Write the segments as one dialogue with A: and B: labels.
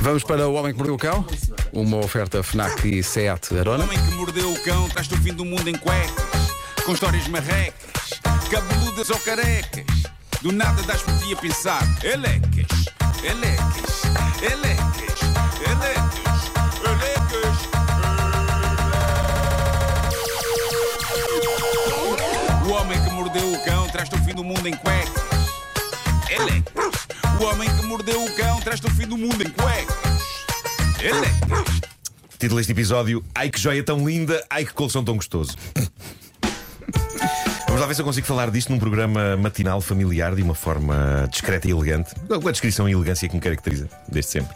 A: Vamos para O Homem que Mordeu o Cão, uma oferta FNAC e SEAT Arona.
B: homem que mordeu o cão, estás o fim do mundo em cuecas, com histórias marrecas, cabeludas ou carecas. Do nada das por ti a pensar, elecas, elecas, elecas, elecas, elecas. O homem que mordeu o cão traz-te o fim do mundo em cuecas. Elecas. O homem que mordeu o cão traz-te o fim do mundo em cuecas. Elecas.
C: Título deste episódio: Ai que joia tão linda, ai que colchão tão gostoso. Vamos lá ver se eu consigo falar disto num programa matinal familiar de uma forma discreta e elegante, com a descrição e elegância que me caracteriza desde sempre.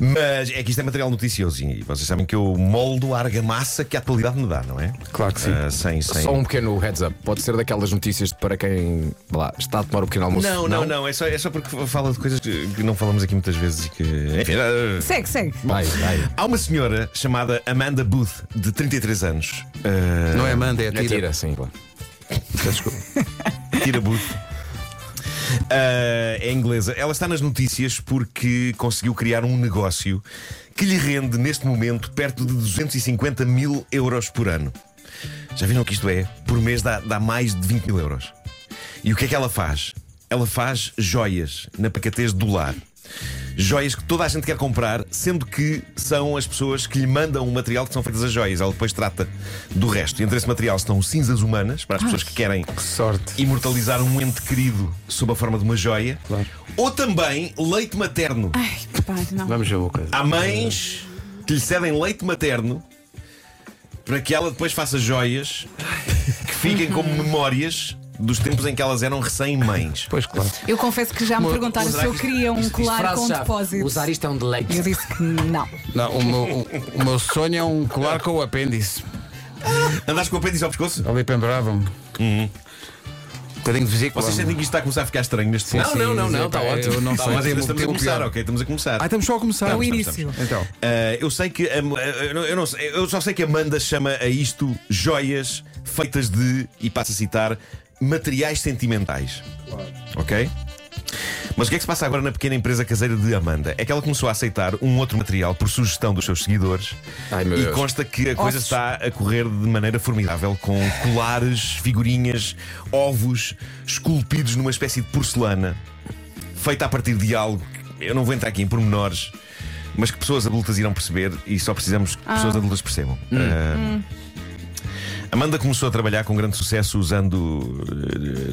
C: Mas é que isto é material noticioso e vocês sabem que eu moldo a argamassa que a atualidade me dá, não é?
A: Claro que sim.
C: Ah, sem, sem...
D: Só um pequeno heads up. Pode ser daquelas notícias de para quem vá lá, está a tomar o pequeno almoço.
C: Não, não, não, é só, é só porque fala de coisas que que não falamos aqui muitas vezes e que. Enfim, ah,
E: Segue, segue.
D: Vai, vai.
C: Há uma senhora chamada Amanda Booth, de 33 anos.
A: Não é Amanda, é
D: Atira,
A: Tira.
D: sim, claro.
C: Ah, Tira Booth. Ah, é inglesa. Ela está nas notícias porque conseguiu criar um negócio que lhe rende, neste momento, perto de 250 mil euros por ano. Já viram o que isto é? Por mês dá, dá mais de 20 mil euros. E o que é que ela faz? Ela faz joias na pacatez do lar. Joias que toda a gente quer comprar, sendo que são as pessoas que lhe mandam o material que são feitas as joias. Ela depois trata do resto. E entre esse material estão cinzas humanas, para as pessoas que querem
A: Sorte.
C: imortalizar um ente querido sob a forma de uma joia.
A: Claro.
C: Ou também leite materno.
E: Ai, pai, não.
A: Vamos ver uma coisa.
C: Há mães que lhe cedem leite materno para que ela depois faça joias que fiquem como memórias dos tempos em que elas eram recém-mães.
A: Pois claro.
E: Eu confesso que já me perguntaram
C: usar
E: se eu
C: isto-
E: queria um colar com
F: Frase-chave.
E: depósito.
F: Usar isto é um
E: Eu
F: deleite.
E: disse que não.
A: Não, o, meu, o- o meu sonho é um colar com o apêndice.
C: Andaste com o apêndice ao pescoço?
A: Ali penduravam. Um bocadinho de vesícula.
C: Vocês sentem que isto está a começar a ficar estranho neste momento?
A: sim,
F: não, não, não,
A: epá,
F: tá ótimo.
A: Eu não sei.
C: Mas ainda
A: Temo-
C: estamos a
A: temo
C: começar,
A: pior.
C: ok? Estamos a começar.
A: Ah, estamos só a começar.
E: É o início.
A: Então.
C: Ah, eu sei que. am- ah, eu, não- eu não sei, eu só sei que Amanda chama a isto joias feitas de, e passo a citar, materiais sentimentais. Ok? Mas o que é que se passa agora na pequena empresa caseira de Amanda? É que ela começou a aceitar um outro material por sugestão dos seus seguidores
D: Ai, meu
C: e
D: Deus.
C: consta que a coisa está a correr de maneira formidável com colares, figurinhas, ovos esculpidos numa espécie de porcelana feita a partir de algo. que Eu não vou entrar aqui em pormenores, mas que pessoas adultas irão perceber e só precisamos que pessoas adultas percebam.
D: Hum.
C: Ah, Amanda começou a trabalhar com grande sucesso usando,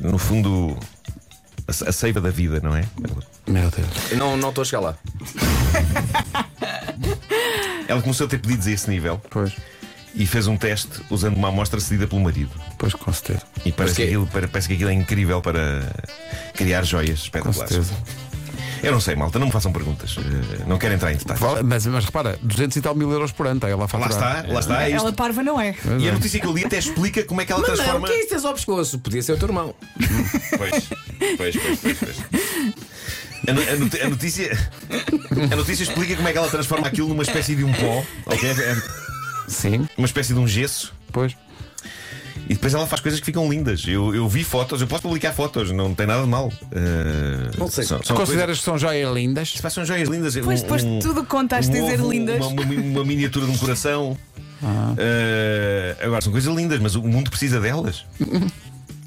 C: eh, no fundo, a a seiva da vida, não é?
A: Meu Deus.
D: Não não estou a chegar lá.
C: Ela começou a ter pedidos a esse nível
A: Pois.
C: e fez um teste usando uma amostra cedida pelo marido.
A: Pois com certeza.
C: E parece,
D: quê?
C: que aquilo, para- parece que aquilo é incrível para criar joias
A: Com
C: espetaculares.
A: certeza.
C: Eu não sei, malta, não me façam perguntas. Eh, Não quero entrar em detalhes.
A: Vale- Mas, mas repara, 200 e tal mil euros por ano, está ela a
C: Lá
A: faturar.
C: está, lá está. é isto.
E: Ela parva não é.
C: E a notícia que eu li até explica como é que ela
F: Mamãe, o
C: transforma.
F: que é isso tens ao pescoço? Podia ser o teu irmão.
C: Pois, pois, pois, pois. pois. A, no- a noti- a notícia. A notícia explica como é que ela transforma aquilo numa espécie de um pó, ok? É
A: Sim,
C: uma espécie de um gesso.
A: pois.
C: E depois ela faz coisas que ficam lindas. Eu, eu vi fotos, eu posso publicar fotos, não tem nada de mal. Eh,
F: Não sei.
C: São,
A: Tu
C: são coisas-
A: consideras que são joias lindas?
C: Pá, São joias lindas. Um,
E: Pois, depois de tudo o que contaste dizer
C: ovo,
E: lindas.
C: Uma, uma- uma miniatura de um coração.
A: Ah.
C: Eh, agora, são coisas lindas, mas o mundo precisa delas.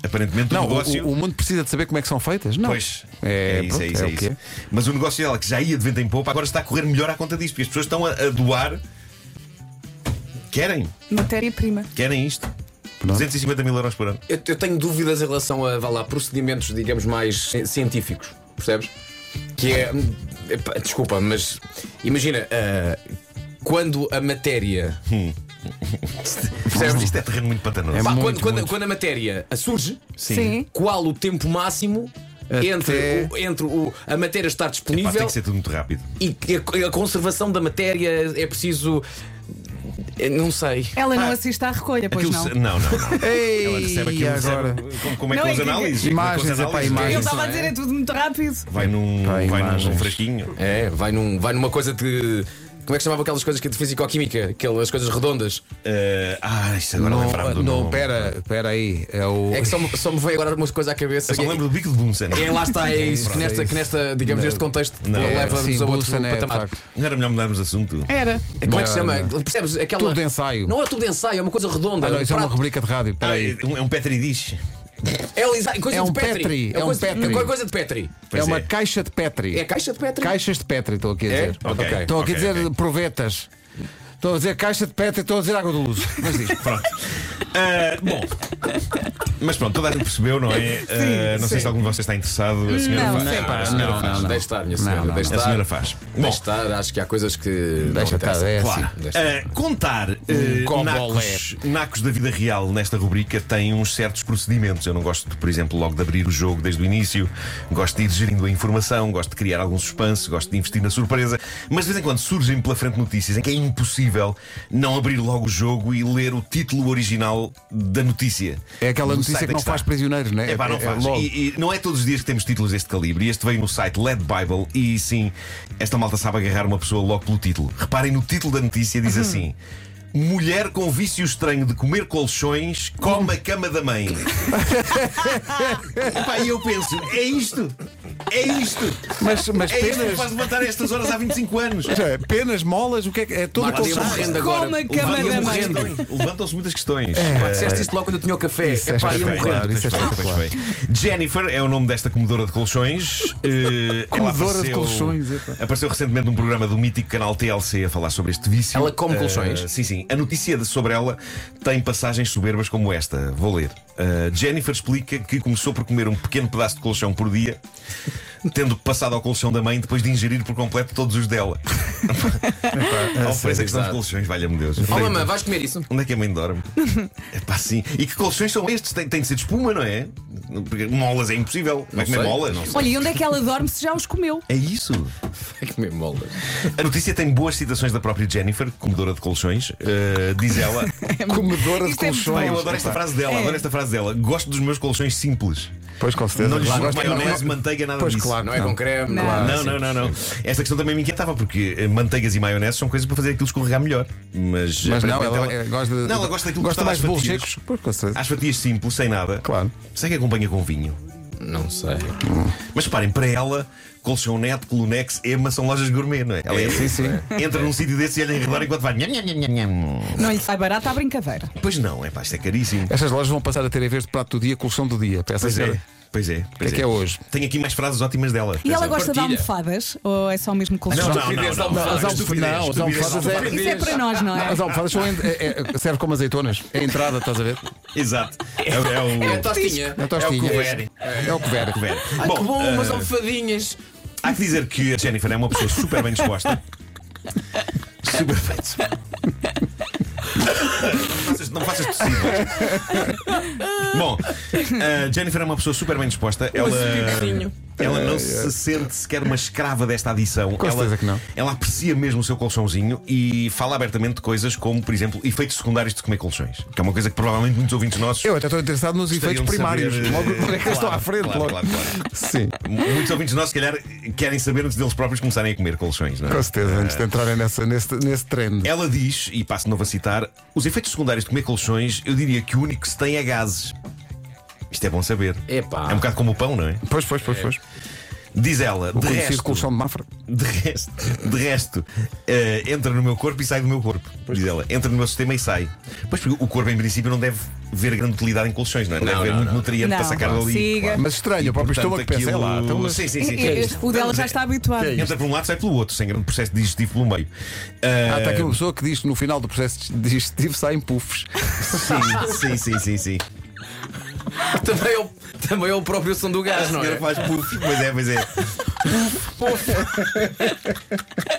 C: Aparentemente, o
A: Não,
C: negócio.
A: o, o mundo precisa de saber como é que são feitas? Não.
C: Pois.
A: É,
C: isso,
A: pronto,
C: é isso,
A: é
C: é
A: o que
C: isso.
A: é.
C: Mas o negócio dela, que já ia de vento em pouco, agora está a correr melhor à conta disto. Porque as pessoas estão a, a doar. Querem,
E: Matéria-prima.
C: querem isto. 250 mil euros por ano.
F: Eu, eu tenho dúvidas em relação a vá lá, procedimentos, digamos, mais ci- científicos, percebes? Que é. hum, epá, Desculpa, mas imagina ah, quando a matéria.
D: Hum.
C: Percebes? Isto é terreno muito pantanoso.
F: Pá,
A: muito,
F: quando, quando-
A: muito.
F: quando a matéria surge,
E: Sim.
F: qual o tempo máximo entre, o- entre o- a matéria estar
C: Pá, tem
F: disponível
C: que ser tudo muito rápido.
F: e que a, a conservação da matéria é preciso. eh, Não sei.
E: Ela não assiste à recolha, pois
C: Aquilo
E: não.
C: se- não, não, não.
A: Ei,
C: Ela um recebe
A: e
C: aquilo,
A: agora?
C: recebe- como, como é
E: Não,
C: que
E: é
C: com as
E: que-
A: Imagens,
C: análises? como é que com as
A: é pá,
C: análises?
A: imagens.
E: Eu
A: isso,
E: estava a dizer é tudo muito rápido.
C: Vai num,
A: Pá,
C: vai num,
A: imagens.
C: fresquinho.
F: É, vai, num, vai numa coisa de Como é que chamava aquelas coisas que é de fisicoquímica? Aquelas coisas redondas?
C: Eh, ah, isto agora
A: Não,
C: lembrava do
A: não,
C: nome.
A: pera, pera aí. É o.
F: É que só me, só me veio agora umas coisas à cabeça.
C: Eu só me lembro do bico de Bunsen.
F: É, lá está, é isso. Que
A: Pronto, é
F: nesta,
A: isso.
F: que nesta digamos, neste contexto, eh,
C: Não. É,
F: leva-nos
A: Sim,
F: a outro
A: Botswana é, de
F: patamar.
A: facto.
C: Não era melhor mudarmos de assunto?
E: Era.
F: Como é que se
A: Não,
F: chama? Percebes? Aquela...
A: Tudo de ensaio.
F: Não é tudo de ensaio, é uma coisa redonda.
A: Ah, não,
F: um
A: isso é uma
F: prato.
A: rubrica de rádio. Pera
C: Ah,
A: aí.
C: é um- é um Petri dish.
F: É lisa- coisa
A: É um
F: de Petri.
A: Petri, é um
F: coisa,
A: Petri.
F: é coisa de Petri.
A: É
C: Pois
A: uma
C: é.
A: caixa de Petri.
F: É a caixa de Petri.
A: Caixas de Petri, estou aqui a
F: É?
A: dizer.
C: Ok,
A: Estou aqui a
C: ok,
A: dizer
C: ok.
A: provetas. Estou a dizer caixa de Petri, estou a dizer água do uso. Mas diz.
C: Pronto. Ah, bom. Mas pronto, toda a gente percebeu, não é? Ah, não sei se algum de vocês está interessado. A senhora
E: Não, é
C: faz.
E: sim.
C: a senhora
A: Ah, Não,
C: faz.
A: não,
F: Deixa estar, minha
A: Não,
F: senhora.
A: não, não.
F: deixa
C: A
F: estar.
C: senhora faz.
F: Deixa
C: Bom.
F: estar, acho que há coisas que. não
A: Deixa estar,
F: interessam.
A: é assim. Um
C: Claro.
F: Deixa estar.
C: Ah, contar ah,
A: cobolé.
C: nacos, nacos da vida real nesta rubrica tem uns certos procedimentos. Eu não gosto, por exemplo, logo de abrir o jogo desde o início. Gosto de ir gerindo a informação, gosto de criar algum suspense, gosto de investir na surpresa. Mas de vez em quando surgem pela frente notícias em que é impossível não abrir logo o jogo e ler o título original da notícia.
A: É aquela
C: Do
A: notícia
C: site
A: que
C: em
A: não faz
C: está.
A: prisioneiros, né?
C: É pá, não
A: É- é
C: faz.
A: logo.
C: E, e não é todos os dias que temos títulos deste calibre. E Este veio no site Led Bible e sim, esta malta sabe agarrar uma pessoa logo pelo título. Reparem no título da notícia,
A: Uhum.
C: diz assim. Mulher com vício estranho de comer colchões come a cama da mãe. Epá, e eu penso, é isto? É isto?
A: Mas, mas
C: É isto que me
A: penas.
C: faz levantar a estas horas há 25 anos.
A: é, Penas, molas, o que é que. É todo
F: Marco,
A: colchão.
F: diga-me renda agora.
E: Como a
F: O Marco
E: cama
F: ia
E: da mãe.
F: morrendo.
C: Levantam-se muitas questões.
A: É.
F: Disseste isto logo quando eu tinha o café.
A: Isso
F: é
A: é
F: pá, ia
A: espetacular.
F: morrendo.
A: isso é
C: Pois bem,
A: espetacular.
C: pois bem. Jennifer é o nome desta comedora de colchões. Eh, ela
A: Comedora de colchões, epá.
C: Apareceu recentemente num programa do mítico canal TLC a falar sobre este vício.
F: Ela come
C: Eh,
F: colchões?
C: Sim, sim. A notícia de- sobre ela tem passagens soberbas como esta. Vou ler. Eh, Jennifer explica que começou por comer um pequeno pedaço de colchão por dia. Tendo passado ao colchão da mãe depois de ingerir por completo todos os dela. Ao preço a questão dos
F: exato.
C: colchões, valha-me Deus.
F: Ó mamãe, vais comer isso?
C: Onde é que a mãe dorme? é pá, sim. E que colchões são estes? Tem, tem de ser de espuma, não é? Porque molas é impossível. Vai comer
F: sei.
C: mola? Não sei.
E: Olha, e onde é que ela dorme se já os comeu?
C: É isso.
F: Vai comer molas.
C: A notícia tem boas citações da própria Jennifer, comedora de colchões. Eh, diz ela.
A: Comedora de
E: Isto é muito
C: Pá,
A: colchões.
C: eu adoro esta frase
A: É.
C: dela, adoro esta frase dela. Gosto dos meus colchões simples.
A: Pois com certeza.
C: Não é? lhes
A: Claro,
C: junto
A: É gosto-
C: maionese, manteiga, nada
A: Pois
C: disso.
A: claro. Ah,
F: Não é com creme,
E: Não.
F: há-
C: Não, não, não, não. Esta questão também me inquietava, porque eh, manteigas e maionese são coisas para fazer aquilo escorregar melhor. Mas, eh,
A: Mas não,
C: aparentemente
A: ela, é- gosta de.
C: Não, ela gosta daquilo que
A: Gosta
C: está
A: mais
C: às
A: de bolos
C: fatias.
A: secos. Pois com certeza.
C: Às fatias simples, sem nada.
A: Claro.
C: Sei que acompanha com vinho.
F: Não sei.
C: Mas reparem, para ela, Colchão Net, Colunex, Ema são lojas gourmet, não é? Ela é
A: Sim, sim.
C: Entra num sítio desse e olha em redor enquanto vai. Nham, nham, nham, nham.
E: Não lhe sai barato à brincadeira.
C: Pois não, é pá, isto é caríssimo.
A: Estas lojas vão passar a ter, em vez de prato do dia, colchão do dia. Peça
C: Pois é.
A: senhora.
C: Pois é.
A: O que é que é hoje?
C: Tenho aqui mais frases ótimas dela.
E: E ela
C: Pois
E: gosta de
F: Partilha.
E: almofadas? Ou é só o mesmo colchão?
C: é Não, não, não, não,
A: Não, as
C: As
A: almofadas
C: estupidez,
A: não, as
C: estupidez,
A: almofadas é-
E: Isso é para nós, não
A: Não,
E: é?
A: as almofadas são en- é- é- serve como azeitonas. É a entrada, estás a ver?
C: é. Exato. É, é o.
F: É tostinha.
A: Na tostinha.
C: couvert.
A: É o couvert.
C: couvert.
F: Ai, que bom,
C: eh,
F: umas almofadinhas.
C: Há que dizer que a Jennifer é uma pessoa super bem disposta. super bem disposta. Não faças- Não faças possível. Bom, a Jennifer é uma pessoa super bem disposta. Ela, ela não se sente sequer uma escrava desta adição.
A: Com
C: ela,
A: certeza que não.
C: ela aprecia mesmo o seu colchãozinho e fala abertamente de coisas como, por exemplo, efeitos secundários de comer colchões. Que é uma coisa que provavelmente muitos ouvintes nossos.
A: Eu até estou interessado nos efeitos
C: gostariam de
A: primários.
C: saber, eh,
A: Logo, quando é que eles estão
C: claro,
A: à frente?
C: Claro,
A: logo.
C: claro, claro.
A: Sim,
C: Muitos ouvintes nossos, se calhar, querem saber antes deles próprios começarem a comer colchões, não é?
A: com certeza, antes de entrarem nessa, nesse, nesse trend.
C: Ela diz, e passo de novo a citar, os efeitos secundários de comer colchões, eu diria que o único que se tem é gases. Isto é bom saber.
F: Epá.
C: É um bocado como o pão, não é?
A: Pois, pois, pois, pois.
C: Diz ela,
A: O
C: de
A: conhecido
C: resto,
A: colchão de Mafra.
C: de resto, de resto, eh, entra no meu corpo e sai do meu corpo. Diz ela, entra no meu sistema e sai. Pois porque o corpo, em princípio, não deve ver grande utilidade em colchões, não é? Não, deve
F: Não,
C: haver
F: não,
C: muito
F: não.
C: nutriente
E: Não.
C: para sacar dali.
E: Siga.
C: Claro.
A: Mas estranho, o próprio
C: Portanto,
A: estômago pensa, é lá.
C: aquilo-
A: então, mas-
C: Sim, sim,
E: E-
C: sim.
E: e- O dela já está habituado.
C: Entra por um lado, sai pelo outro, sem grande processo digestivo pelo meio.
A: Ah,
C: Ah,
A: está aqui uma pessoa que diz que no final do processo digestivo saem puffs.
C: sim, sim, sim, sim, sim.
F: Também é, o, também é o próprio som do
C: A
A: Ah,
F: gás, não
C: senhora
F: é?
C: faz puff, pois é, pois é.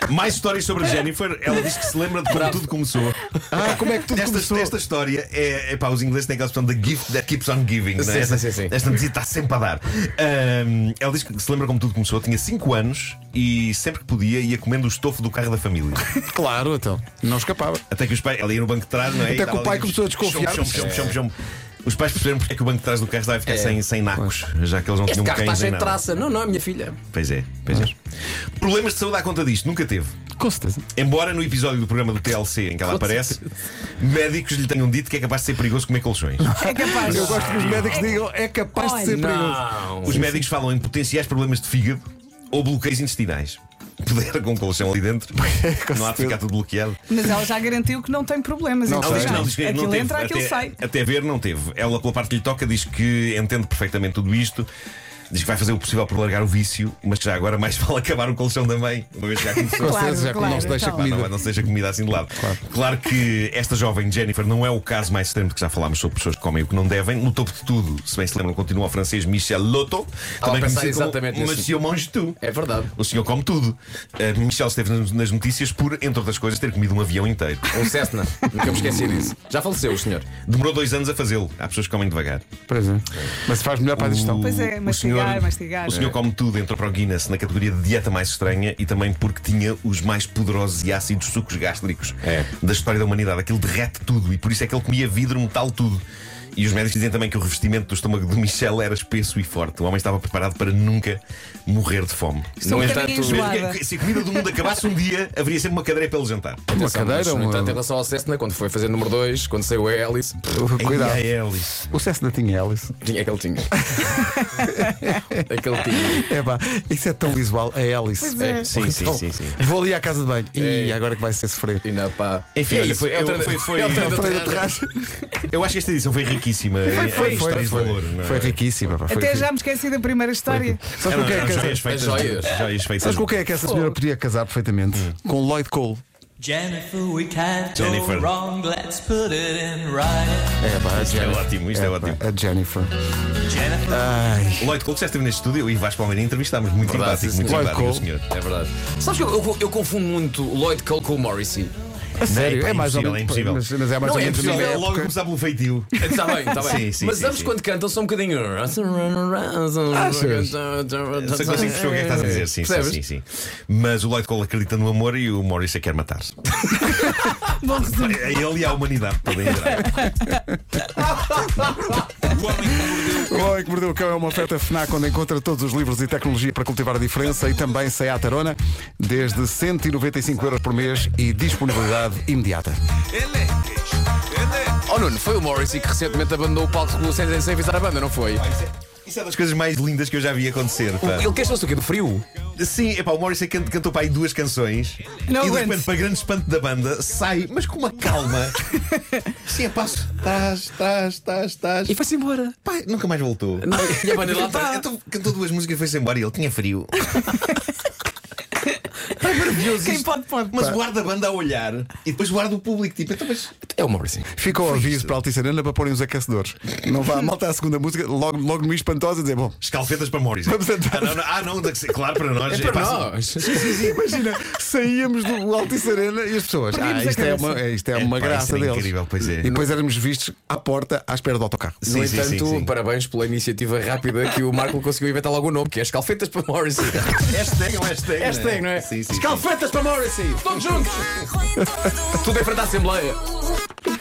C: Mais histórias sobre Jennifer. Ela diz que se lembra de como tudo começou.
A: Ah, como é que tudo
C: Esta,
A: começou?
C: esta história é, é pá, os ingleses têm aquela expressão da gift that keeps on giving. não
F: Sim,
C: é? esta,
F: sim, sim, sim.
C: esta notícia está sempre a dar. Ahm, ela diz que se lembra como tudo começou. Tinha 5 anos e sempre que podia ia comendo o estofo do carro da família.
A: Claro, então. Não escapava.
C: Até que os pais. Ela ia no banco de trás, não
A: Até
C: é? E
A: que
C: estava
A: o pai
C: ali,
A: começou a desconfiar.
C: chum, chum, chum, chum, chum. Os pais perceberam porque é que o banco de trás do carro estava a ficar sem, sem nacos, já que eles não
F: Este
C: tinham
F: carro
C: cães
F: está
C: nem
F: cheio de
C: nada.
F: traça. Não, não, minha filha.
C: Pois é, pois é. Problemas de saúde à conta disto, nunca teve.
A: Com certeza.
C: Embora no episódio do programa do TLC em que ela aparece, médicos lhe tenham dito que é capaz de ser perigoso comer colchões.
E: É capaz.
A: Eu gosto que os médicos digam é capaz de ser
E: Olha.
A: perigoso.
C: Os médicos falam em potenciais problemas de fígado ou bloqueios intestinais. Puder com um colchão ali dentro, não há de ficar tudo bloqueado.
E: Mas ela já garantiu que não tem problemas.
A: Não,
E: então
A: ela
C: Diz que
E: já.
C: não, diz que
E: aquilo
C: não teve.
E: entra, aquilo
C: até,
E: sai.
C: até ver, não teve. Ela, pela parte que lhe toca, diz que entende perfeitamente tudo isto. Diz que vai fazer o possível por largar o vício, mas que já agora mais vale acabar o colchão da mãe, uma vez que já começou.
A: Com
E: Claro,
A: certeza, já que não
E: claro,
A: se deixa
E: então.
C: Lá
A: comida.
C: não, não seja comida assim de lado. Claro. que esta jovem Jennifer não é o caso mais extremo de que já falámos sobre pessoas que comem o que não devem. No topo de tudo, se bem se lembram, continua o francês Michel Lotto,
F: Estava a
C: também
F: pensar
C: conhecido
F: exatamente
C: como
F: nesse-
C: Monsieur Mange Tout.
F: É verdade.
C: O senhor come tudo. Uh, Michel esteve nas- nas notícias por, entre outras coisas, ter comido um avião inteiro.
F: Um Cessna. Nunca me esqueci disso. Já faleceu o senhor.
C: Demorou dois anos a fazê-lo. Há pessoas que comem devagar.
A: Pois é. Mas faz melhor para a digestão.
E: Pois é, mastigar, mastigar. é.
C: O senhor come tudo, entrou para o Guinness na categoria de dieta mais estranha e também porque tinha os mais poderosos e ácidos sucos gástricos
F: É.
C: da história da humanidade. Aquilo derrete tudo e por isso é que ele comia vidro, metal, tudo. E os médicos dizem também que o revestimento do estômago de Michel era espesso e forte. O homem estava preparado para nunca morrer de fome.
E: Sou
F: No
E: um
F: entanto,
E: bocadinho
F: mesmo
E: enjoada.
C: Que- Se a comida do mundo acabasse um dia, haveria sempre uma cadeira para ele jantar.
A: Uma
F: Atenção,
A: cadeira,
F: mas, No
A: uma-
F: entanto, em relação ao Cessna, quando foi fazer número 2, quando saiu a hélice,
A: Cuidado.
C: é. Ai, ai, Alice.
A: O Cessna tinha hélice.
F: tinha aquele tinha. aquele tinha.
A: É pá, isso é tão visual. A hélice. então,
F: é.
C: Sim, sim, sim, sim.
A: Vou ali à casa de banho.
C: É.
A: Ih, agora que vai ser sofrer.
F: E na pá.
C: Enfim,
F: E
C: olha, foi-
F: é o
C: eu-
F: treino-
C: foi- foi-
F: é o treino
C: eu-
F: do
A: Foi,
F: terreno.
A: atrás.
C: Eu acho que esta edição foi riquíssima. Foi,
A: foi, foi,
C: valor, não é?
A: foi riquíssima. pá, foi
E: Até
A: riquíssima.
E: já me esqueci da primeira história.
A: Sabes
C: Eram-
A: com quem é
C: eram
A: que
C: joias feitas. de-
F: joias.
C: joias feitas
A: sabes com
C: de-
A: quem é que essa senhora podia casar perfeitamente?
C: Hum.
A: Com Lloyd Cole.
G: Jennifer, we can't
C: Jennifer.
G: go wrong. Let's put it in writing.
A: É pá,
C: Isto é ótimo, isto é, ótimo.
A: A Jennifer.
G: Jennifer.
C: Lloyd Cole, que já esteve neste estúdio eu e Vasco Palmeirinho entrevistámos. Muito
F: Verdade,
C: simpático,
F: sim,
C: muito
A: senhor.
C: simpático,
A: Lloyd
C: senhor.
F: É verdade. Sabes que eu, eu- eu confundo muito Lloyd Cole com o Morrissey.
A: A sério,
C: pá,
A: é mais ou
C: impossível,
A: menos.
C: é impossível.
A: Mas, mas é mais
F: Não,
A: ou
F: é
A: menos. a
F: impossível.
A: mesma
C: Logo
A: época.
C: começar pelo feitio.
F: Está bem,
C: Sim,
F: está bem.
C: sim,
F: Mas
C: sim,
F: ambos
C: sim.
F: quando cantam são um bocadinho.
C: Só que eu consigo perceber o que é que estás a dizer, sim, sim,
F: Percebes?
C: sim, sim. Mas o Lloyd Cole acredita no amor e o Morrissey quer matar-se.
E: Bom resumo.
C: É ele e a humanidade toda em geral.
B: O homem que mordeu
A: O Homem que Mordeu o Cão é uma oferta FNAC onde encontra todos os livros e tecnologia para cultivar a diferença e também sem a tarona, desde 195 euros por mês e disponibilidade imediata.
B: Elecas, elecas.
F: Oh Nuno, foi o Morrissey que recentemente abandonou o palco de sem, sem avisar a banda, não foi?
C: Isso é das coisas mais lindas que eu já vi acontecer. pá.
F: Ele queixou-se do quê? Do frio?
C: Sim, epá, o Morrissey can- cantou para aí duas canções
E: Não
C: e de
E: aguento.
C: repente, para grande espanto da banda, sai, mas com uma calma. Sim, é passo. Estás, estás, estás, estás.
F: E foi-se embora.
C: Pá, nunca mais voltou.
F: E a banda lá
C: Pá,
F: está.
C: então cantou duas músicas e foi-se embora e ele tinha frio.
E: Quem pode, pode.
C: Mas guarda a banda a olhar e depois guarda o público. Tipo, então, mas
F: É o Morrissey.
A: Fica o aviso para a Altice Arena para porem os aquecedores. Não vá malta à segunda música, logo, logo no espantosa, dizer, bom,
C: Escalfetas para Morris.
A: Vamos entrar.
C: Ah, não, não, ah, não, da- claro, para nós.
F: É para
C: pá,
F: nós.
A: imagina, saíamos do Altice Arena e as pessoas, ah,
E: Perdíamos a
A: isto é
E: cabeça."
A: uma, é, isto é
C: É,
A: uma
C: pá,
A: graça
C: isso era
A: deles.
C: incrível, pois é.
A: E depois éramos vistos à porta à espera do autocarro.
C: Sim,
F: No
C: sim,
F: entanto,
C: sim, sim.
F: parabéns pela iniciativa rápida que o Marco conseguiu inventar logo o nome, que é Escalfetas para Morrissey.
C: Hashtag ou hashtag?
F: Hashtag, não é?
C: Sim, sim.
F: Escalfetas para Morrissey! Todos juntos! Tudo em frente à é Assembleia!